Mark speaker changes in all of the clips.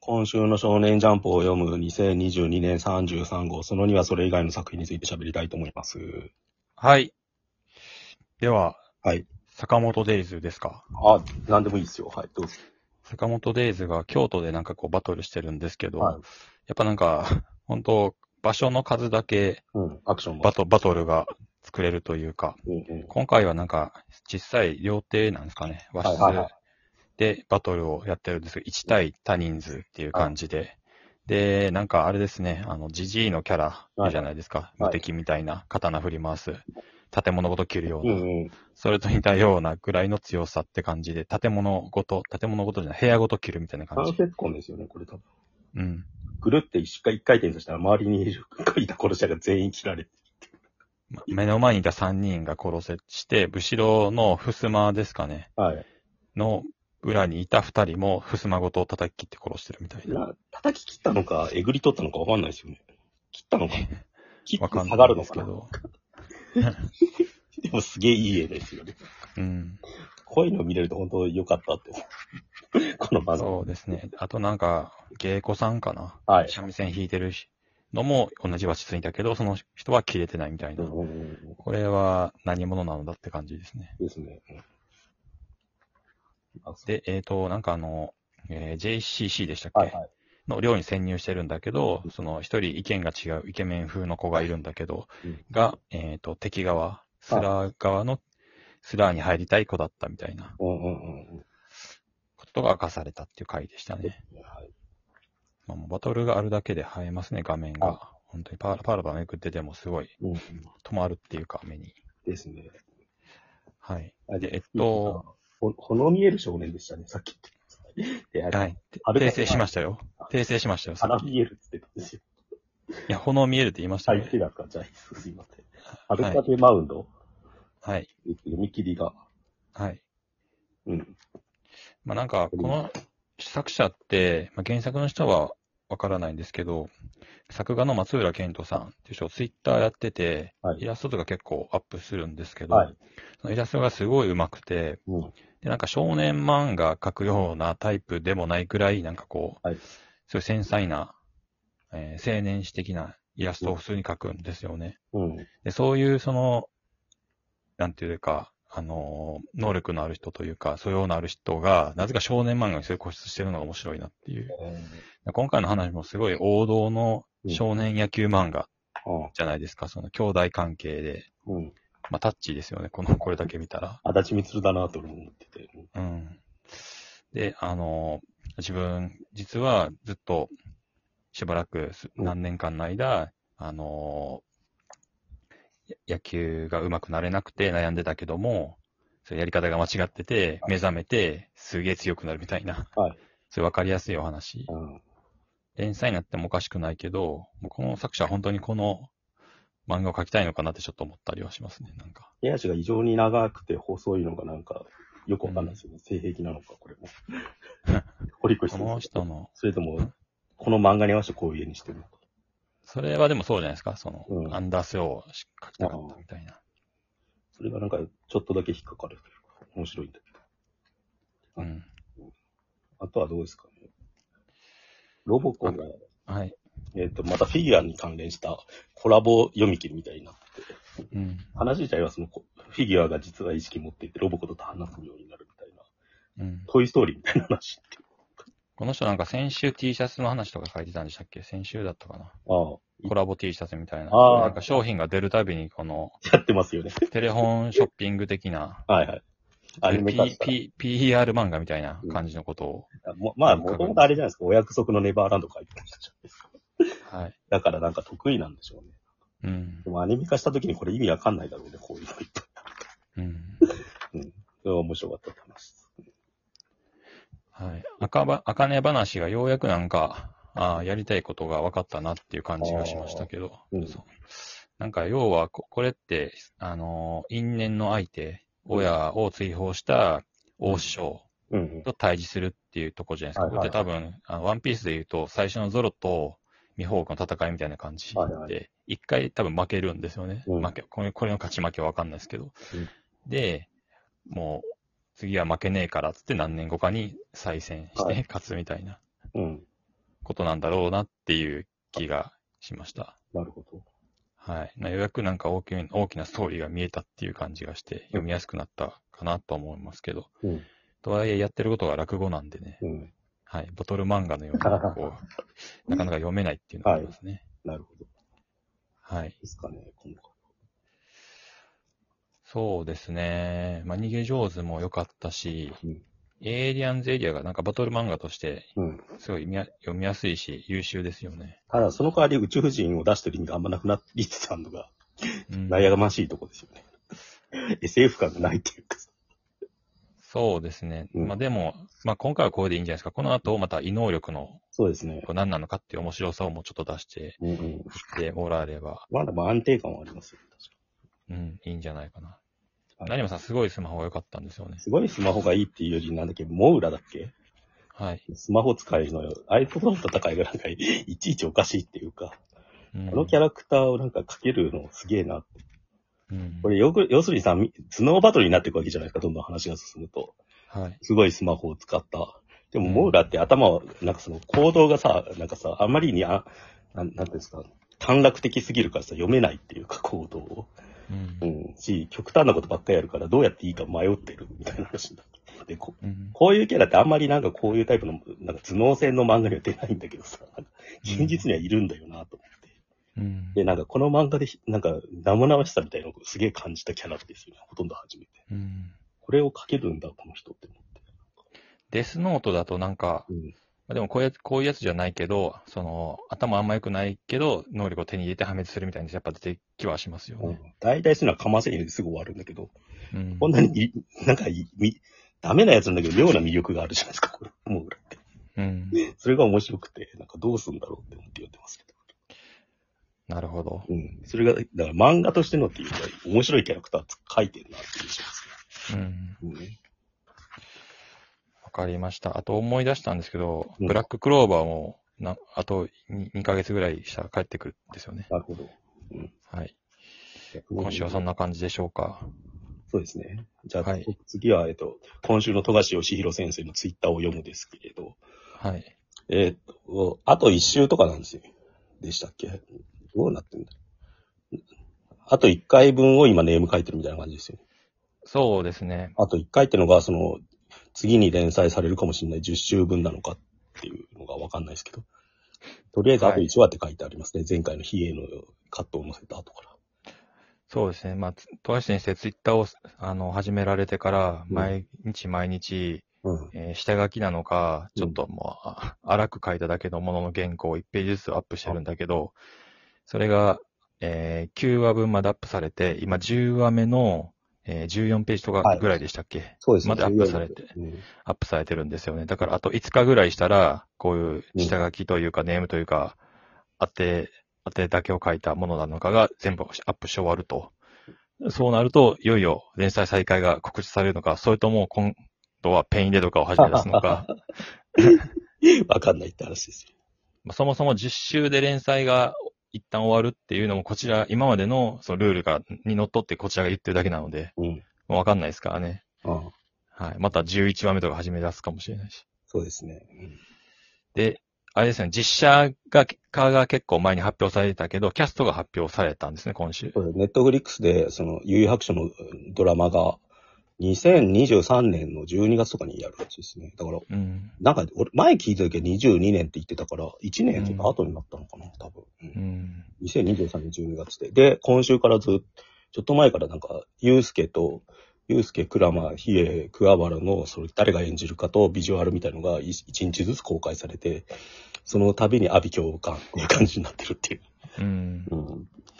Speaker 1: 今週の少年ジャンプを読む2022年33号、その2はそれ以外の作品について喋りたいと思います。
Speaker 2: はい。では、
Speaker 1: はい。
Speaker 2: 坂本デイズですか。
Speaker 1: あ、なんでもいいですよ。はい、どうぞ。
Speaker 2: 坂本デイズが京都でなんかこうバトルしてるんですけど、
Speaker 1: はい
Speaker 2: やっぱなんか、本当場所の数だけ
Speaker 1: うん、アクションも
Speaker 2: バ。トバトルが作れるというか、
Speaker 1: うんうん。
Speaker 2: 今回はなんか、実際料亭なんですかね、和
Speaker 1: はいはいはい
Speaker 2: 室でバトルをやってるんですけど、1対多人数っていう感じで、で、なんかあれですね、あの、ジジイのキャラいるじゃないですか、
Speaker 1: いはい
Speaker 2: 無敵みたいな刀振り回す、建物ごと切るよう
Speaker 1: う
Speaker 2: な。
Speaker 1: んうん。
Speaker 2: それと似たようなぐらいの強さって感じで、建物ごと、建物ごとじゃない、部屋ごと切るみたいな感
Speaker 1: 関
Speaker 2: じ。
Speaker 1: 節痕ですよね、これ多分。
Speaker 2: うん。
Speaker 1: ぐるって一回一回転させたら周りにいる、いた殺し屋が全員切られる。
Speaker 2: ま目の前にいた3人が殺せして、後ろの襖ですかね、
Speaker 1: はい。
Speaker 2: の裏にいた2人も襖ごと叩き切って殺してるみたいな。
Speaker 1: な叩き切ったのか、えぐり取ったのかわかんないですよね。切ったのか。切
Speaker 2: わ
Speaker 1: って
Speaker 2: かん
Speaker 1: 下
Speaker 2: な
Speaker 1: が
Speaker 2: い
Speaker 1: る
Speaker 2: で
Speaker 1: の
Speaker 2: す
Speaker 1: か
Speaker 2: け
Speaker 1: な。
Speaker 2: ど。
Speaker 1: でもすげえいい絵ですよね。
Speaker 2: うん。
Speaker 1: こういうの見れると本当良かったって思う。 この場の。
Speaker 2: そうですね。あとなんか、芸妓さんかな。
Speaker 1: はい。
Speaker 2: 三味線弾いてるのも同じ和室にいたけど、その人は切れてないみたい
Speaker 1: うん
Speaker 2: な。
Speaker 1: うんうん
Speaker 2: これは何者なのだって感じですね。
Speaker 1: ですね。あそう
Speaker 2: で、えっ、と、なんかあの、えー JCC でしたっけ、
Speaker 1: はいはい。
Speaker 2: の寮に潜入してるんだけど、その一人意見が違うイケメン風の子がいるんだけど、
Speaker 1: うん
Speaker 2: が、えっ、と、敵側、スラー側の、スラーに入りたい子だったみたいな
Speaker 1: うんうんうん
Speaker 2: ことが明かされたっていう回でしたね。
Speaker 1: うん。はい
Speaker 2: まあ、もうバトルがあるだけで映えますね、画面が。本当にパラパラパラめくっててもすごい
Speaker 1: うんうん
Speaker 2: 止まるっていうか、目に。
Speaker 1: ですね。
Speaker 2: はい。
Speaker 1: あ
Speaker 2: でえっと、
Speaker 1: ほ、ほの見える少年でしたね、さっき言ってた。で、あ
Speaker 2: は
Speaker 1: れ、
Speaker 2: い。て
Speaker 1: あるか
Speaker 2: 訂正しましたよ。訂正しましたよ。さ
Speaker 1: 腹
Speaker 2: っき。い
Speaker 1: 見えるって言ってたんですよ。
Speaker 2: や、炎見えるって言いました
Speaker 1: は
Speaker 2: よ
Speaker 1: い、
Speaker 2: ね
Speaker 1: 手。だから、じゃあいいです、すいません。アルカデマウンド、
Speaker 2: はい。
Speaker 1: えっと読み切りが。
Speaker 2: はい。
Speaker 1: うん。
Speaker 2: まあ、なんか、この作者って、まあ、原作の人はわからないんですけど、作画の松浦健人さんっていう人をツイッターやってて、
Speaker 1: はい
Speaker 2: イラストとか結構アップするんですけど、
Speaker 1: はい
Speaker 2: そのイラストがすごい上手くて、
Speaker 1: うん。
Speaker 2: で、なんか少年漫画描くようなタイプでもないくらい、なんかこう、
Speaker 1: はい
Speaker 2: そういう繊細な、えー青年誌的なイラストを普通に描くんですよね。
Speaker 1: うん。
Speaker 2: で、そういう、その、なんていうか、あのー、能力のある人というか、素養のある人が、なぜか少年漫画にそういう固執してるのが面白いなっていう。
Speaker 1: え
Speaker 2: 今回の話もすごい王道の少年野球漫画
Speaker 1: ー、
Speaker 2: じゃないですか、その兄弟関係で。
Speaker 1: うん。うん。
Speaker 2: まあ、タッチですよね、この、これだけ見たら。
Speaker 1: 足立みつるだなと俺も思ってて。うん
Speaker 2: うん。で、あのー、自分、実はずっと、しばらくす、
Speaker 1: うん
Speaker 2: 何年間の間、あのーや野球が上手くなれなくて悩んでたけども、それやり方が間違ってて、目覚めて、すげえ強くなるみたいな、
Speaker 1: はい
Speaker 2: そういうわかりやすいお話。
Speaker 1: うん。
Speaker 2: 連載になってもおかしくないけど、もうこの作者は本当にこの漫画を描きたいのかなってちょっと思ったりはしますね、なんか。
Speaker 1: 手足が異常に長くて細いのがなんか、よくわかんないですよね。性癖なのか、これ も。堀越
Speaker 2: こ
Speaker 1: 先生
Speaker 2: の人の、
Speaker 1: それとも、この漫画に合わせてこういう絵にしてるのか。
Speaker 2: それはでもそうじゃないですか、その、
Speaker 1: うん
Speaker 2: アンダースローをし描きたかったみたいな。
Speaker 1: それがなんか、ちょっとだけ引っかかるというか、面白いんだけど。
Speaker 2: うん。
Speaker 1: あとはどうですかね。ロボコンが、
Speaker 2: はい。
Speaker 1: えっ、と、またフィギュアに関連したコラボ読み切りみたいになってて、
Speaker 2: うん。
Speaker 1: 話自体はそのこフィギュアが実は意識持っていて、ロボコンと話すようになるみたいな、
Speaker 2: うん。
Speaker 1: トイストーリーみたいな話って。
Speaker 2: この人なんか先週 T シャツの話とか書いてたんでしたっけ先週だったかな
Speaker 1: ああ、
Speaker 2: コラボ T シャツみたいな。
Speaker 1: あー
Speaker 2: なんか商品が出るたびに、この、
Speaker 1: やってますよね。
Speaker 2: テレフォンショッピング的な、
Speaker 1: はいはい。アニメ化した
Speaker 2: P P、PR 漫画みたいな感じのことを、
Speaker 1: もまあ、もともとあれじゃないですか。お約束のネバーランド書いてましたじゃないですか。
Speaker 2: はい。
Speaker 1: だからなんか得意なんでしょうね。
Speaker 2: うん
Speaker 1: で。もアニメ化した時にこれ意味わかんないだろうね、こういうのいっぱい。
Speaker 2: うん。
Speaker 1: それは面白かったって話です。
Speaker 2: はい。赤ば、赤根話がようやくなんか、ああ、やりたいことが分かったなっていう感じがしましたけど。
Speaker 1: あーうん
Speaker 2: そうなんか、要はこ、これって、あのー因縁の相手、親を追放した王師匠。
Speaker 1: うんうん。
Speaker 2: と対峙するっていうとこじゃないですか。
Speaker 1: はいはいはい
Speaker 2: これって多分、あのワンピースで言うと、最初のゾロとミホークの戦いみたいな感じで、一、
Speaker 1: はいは
Speaker 2: 回多分負けるんですよね。
Speaker 1: うん
Speaker 2: 負けこれこれの勝ち負けは分かんないですけど。
Speaker 1: うん
Speaker 2: で、もう、次は負けねえからっつって何年後かに再戦して
Speaker 1: はい
Speaker 2: 勝つみたいな。
Speaker 1: うん。
Speaker 2: ことなんだろうなっていう気がしました。
Speaker 1: なるほど。
Speaker 2: はい。まあようやくなんか大き大きなストーリーが見えたっていう感じがして、読みやすくなったかなとは思いますけど、
Speaker 1: うん。
Speaker 2: とはいえやってることが落語なんでね、
Speaker 1: うん。
Speaker 2: はい。ボトル漫画の ように、こう、なかなか読めないっていうのがありますね。
Speaker 1: なるほど。
Speaker 2: はい。
Speaker 1: ですかね、今回。
Speaker 2: そうですね。まあ、逃げ上手も良かったし、
Speaker 1: うん
Speaker 2: エイリアンズエリアがなんかバトル漫画として、
Speaker 1: うん。
Speaker 2: すごい見や読みやすいし、優秀ですよね。
Speaker 1: ただ、その代わり宇宙人を出してる意味があんまなくなりつつあるのが、
Speaker 2: うん
Speaker 1: 悩ましいとこですよね。SF 感がないっていうかさ。
Speaker 2: そうですね。
Speaker 1: うん
Speaker 2: まあでも、まあ今回はこれでいいんじゃないですか。この後、また異能力の
Speaker 1: そうですね。
Speaker 2: こう何なのかっていう面白さをもうちょっと出して
Speaker 1: うんうん。
Speaker 2: いってもらえれば、
Speaker 1: まだまあ安定感はありますよ。
Speaker 2: うん、いいんじゃないかな。
Speaker 1: はい
Speaker 2: 成馬さん、すごいスマホが良かったんですよね。
Speaker 1: すごいスマホがいいっていうより、なんだっけ、モウラだっけ
Speaker 2: はい。
Speaker 1: スマホ使いの iPhone の戦いがなんか、いちいちおかしいっていうか、
Speaker 2: うん、
Speaker 1: このキャラクターをなんかかけるのすげえなって。
Speaker 2: うん
Speaker 1: これよく、要するにさ、み頭脳バトルになっていくわけじゃないですか、どんどん話が進むと。
Speaker 2: はい。
Speaker 1: すごいスマホを使った。でも、
Speaker 2: うん
Speaker 1: モーラって頭を、なんかその行動がさ、なんかさ、あまりにあ、なんなんていうんですか、短絡的すぎるからさ、読めないっていうか、行動を。
Speaker 2: うん
Speaker 1: う。ん。し、極端なことばっかりやるから、どうやっていいか迷ってるみたいな話になって。で、こ
Speaker 2: うん
Speaker 1: こういうキャラってあんまりなんかこういうタイプの、なんか頭脳戦の漫画には出ないんだけどさ、現実にはいるんだよなと思って。
Speaker 2: うん
Speaker 1: で、なんかこの漫画でひ、なんか生々しさみたいなのをすげえ感じたキャラですよね。ほとんど初めて。
Speaker 2: うん
Speaker 1: これを描けるんだ、この人って思って。
Speaker 2: デスノートだとなんか、
Speaker 1: うん。
Speaker 2: まあでもこういうやつこういうやつじゃないけど、その、頭あんま良くないけど、能力を手に入れて破滅するみたいなやつやっぱ出てきはしますよね。
Speaker 1: 大体そういうのはかませにすぐ終わるんだけど、
Speaker 2: うん
Speaker 1: こんなにい、なんかい、み、ダメなやつなんだけど、妙な魅力があるじゃないですか、これ。もう裏って。
Speaker 2: うん。
Speaker 1: それが面白くて、なんかどうすんだろうって思って読んでますけど。
Speaker 2: なるほど。
Speaker 1: うん。それが、だから漫画としてのっていうか、面白いキャラクター描いてるなっていう気がし
Speaker 2: うん。
Speaker 1: ますね。
Speaker 2: わかりました。あと思い出したんですけど、
Speaker 1: うん
Speaker 2: ブラッククローバーも、なあと 2, 2ヶ月ぐらいしたら帰ってくるんですよね
Speaker 1: うん。。なるほど。
Speaker 2: はい。今週はそんな感じでしょうか。
Speaker 1: そうですね。じゃあ、
Speaker 2: はい
Speaker 1: 次は、えっと、今週の富樫義弘先生のツイッターを読むですけれど、
Speaker 2: はい。
Speaker 1: えっと、あと一週とかなんですよ。でしたっけどうなってんだあと一回分を今ネーム書いてるみたいな感じですよ。
Speaker 2: そうですね。
Speaker 1: あと一回ってのが、その、次に連載されるかもしれない10週分なのかっていうのがわかんないですけど、とりあえずあと1話って書いてありますね。前回の比叡のカットを載せた後から。
Speaker 2: そうですね。まあ、つ富樫先生、ツイッターを、あの、始められてから、
Speaker 1: うん
Speaker 2: 毎日毎日、
Speaker 1: うん。
Speaker 2: えー下書きなのか、ちょっともう、あ荒く書いただけのものの原稿を1ページずつアップしてるんだけど、それが、えー9話分までアップされて、今10話目の、えー14ページと
Speaker 1: は
Speaker 2: か
Speaker 1: い
Speaker 2: ぐらいでしたっけ、
Speaker 1: そうですね。
Speaker 2: まだアップされて
Speaker 1: うん
Speaker 2: アップされてるんですよね。だからあと5日ぐらいしたら、こういう下書きというか、ネームというか、当て、当てだけを書いたものなのかが全部アップし終わると。そうなると、いよいよ連載再開が告知されるのか、それとも今度はペインレとかを始め出すの か。
Speaker 1: わかんないって話ですよ。
Speaker 2: まあそもそも10週で連載が一旦終わるっていうのも、こちら、今までのそのルールが、にのっとってこちらが言ってるだけなので、
Speaker 1: うん。
Speaker 2: もうわかんないですからね。
Speaker 1: ああ
Speaker 2: はい。また11話目とか始め出すかもしれないし。
Speaker 1: そうですね。うん
Speaker 2: で、あれですね、実写が、化が結構前に発表されてたけど、キャストが発表されたんですね、今週。
Speaker 1: これ、ネットフリックスで、その、有白書のドラマが、2023年の12月とかにやるらしいですね。だから、
Speaker 2: うん。
Speaker 1: なんか、俺、前聞いた時は22年って言ってたから、1年ちょっと後になったのかな、多分。うん
Speaker 2: うん。
Speaker 1: 2023年12月で。で、今週からずっと、ちょっと前からなんか、ゆうすけと、ゆうすけ、くらま、ひえ、くわばらの、それ誰が演じるかとビジュアルみたいのがい一日ずつ公開されて、その度に阿ビ教官っていう感じになってるっていう。
Speaker 2: うん。
Speaker 1: うん。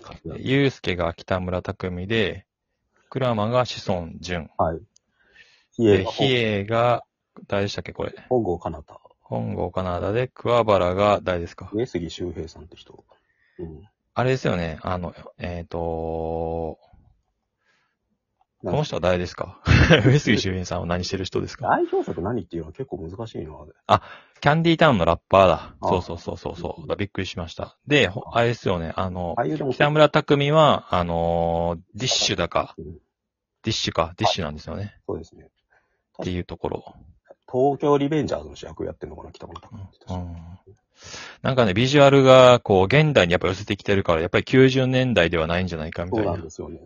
Speaker 1: 感じなんで
Speaker 2: ゆうすけが北村匠海で、クラマが志尊淳。
Speaker 1: はい。ひえ
Speaker 2: で、
Speaker 1: が
Speaker 2: 比叡が、誰でしたっけ、これ。
Speaker 1: 本郷かなた。
Speaker 2: 本郷カナダで、桑原が誰ですか
Speaker 1: 上杉周平さんって人。うん。
Speaker 2: あれですよね、あの、えっ、とこ
Speaker 1: なん
Speaker 2: の
Speaker 1: か
Speaker 2: 人は誰ですか 上杉周平さんは何してる人ですか
Speaker 1: 代表作何っていうのは結構難しいな。
Speaker 2: キャンディータウンのラッパーだ。
Speaker 1: あ
Speaker 2: そうそうそうそうそう。だからびっくりしました。で、ほあれですよね、あの
Speaker 1: あ、あいうのも。
Speaker 2: 北村匠海は、あのーディッシュだか
Speaker 1: うん、
Speaker 2: ディッシュか、ディッシュなんですよね。
Speaker 1: そうですね。
Speaker 2: っていうところ。
Speaker 1: 東京リベンジャーズの主役やってんのかな、北村
Speaker 2: う
Speaker 1: 隆
Speaker 2: ん
Speaker 1: 確かに
Speaker 2: なんかね、ビジュアルが、こう、現代にやっぱ寄せてきてるから、やっぱり90年代ではないんじゃないかみ
Speaker 1: そ
Speaker 2: た
Speaker 1: う
Speaker 2: い
Speaker 1: な
Speaker 2: なん
Speaker 1: ですよね。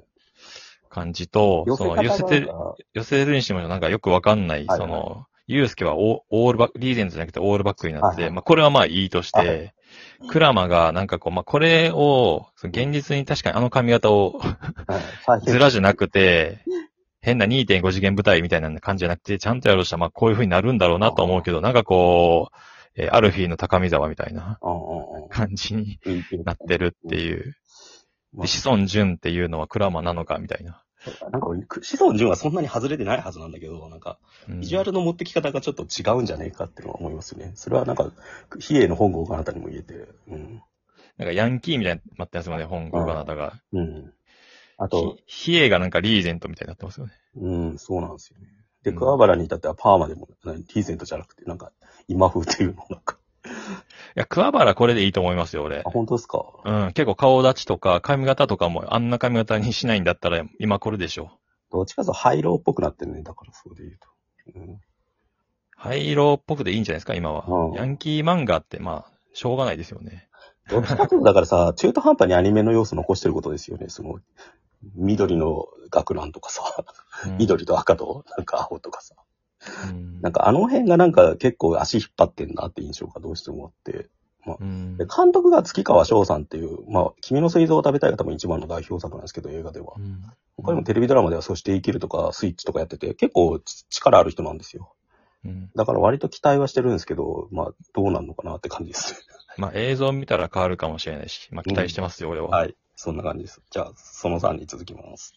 Speaker 2: 感じと、
Speaker 1: 寄せ
Speaker 2: そ
Speaker 1: 方
Speaker 2: の、寄せてる、
Speaker 1: が、
Speaker 2: 寄せるにしてもなんかよくわかんない、
Speaker 1: はい
Speaker 2: その、ユースケはオーオールバック、リーゼントじゃなくてオールバックになって、
Speaker 1: はいはい
Speaker 2: まあこれはまあいいとして、
Speaker 1: は
Speaker 2: クラマがなんかこう、まあこれを、その現実に確かにあの髪 型を
Speaker 1: はい再
Speaker 2: ず
Speaker 1: 現
Speaker 2: らじゃなくて、変な2.5次元舞台みたいな感じじゃなくて、ちゃんとやろうとしたらまあこういう風になるんだろうなと思うけど、なんかこう、えーアルフィーの高見沢みたいな
Speaker 1: うんうんうん
Speaker 2: 感じに
Speaker 1: うんうん
Speaker 2: なってるっていう。
Speaker 1: まあ
Speaker 2: で、子孫淳っていうのはクラマなのかみたいな。
Speaker 1: なんか俺、子孫淳はそんなに外れてないはずなんだけど、なんか、
Speaker 2: うん
Speaker 1: ビジュアルの持ってき方がちょっと違うんじゃねえかっていうのは思いますよね。それはなんか、比叡の本郷かなたにも言えて、うん。
Speaker 2: なんかヤンキーみたいになってますもんね、本郷かなたが。
Speaker 1: うん。あと、
Speaker 2: ひ、ひえがなんかリーゼントみたいになってますよね。
Speaker 1: うん、そうなんですよね。で、
Speaker 2: うん
Speaker 1: 桑原に至ってはパーマでも、リーゼントじゃなくて、なんか、今風っていうの、なんか。
Speaker 2: いや、桑原これでいいと思いますよ、俺
Speaker 1: あ、。本当ですか
Speaker 2: うん、結構顔立ちとか髪型とかもあんな髪型にしないんだったら今これでしょ。
Speaker 1: どっちかというと灰色っぽくなってるね。だから、そうで言うと。うん。
Speaker 2: 灰色っぽくでいいんじゃないですか、今
Speaker 1: うん
Speaker 2: は。ヤンキー漫画って、まあ、しょうがないですよね。
Speaker 1: どっちかというと、だからさ、中途半端にアニメの要素残してることですよね、すごい。緑の学ランとかさ、
Speaker 2: うん、
Speaker 1: 緑と赤と、なんか青とかさ。
Speaker 2: うん
Speaker 1: なんかあの辺がなんか結構足引っ張ってんなって印象がどうしてもあって。
Speaker 2: うん
Speaker 1: で、監督が月川翔さんっていう、まあ、君の水臓を食べたいが多分一番の代表作なんですけど、映画では
Speaker 2: う。ん
Speaker 1: 他にもテレビドラマではそして生きるとか、スイッチとかやってて、結構力ある人なんですよ。
Speaker 2: うん
Speaker 1: だから割と期待はしてるんですけど、まあ、どうなんのかなって感じです。
Speaker 2: まあ、映像見たら変わるかもしれないし、まあ、期待してますよ、俺は。
Speaker 1: はい。そんな感じです。じゃあ、その3に続きます。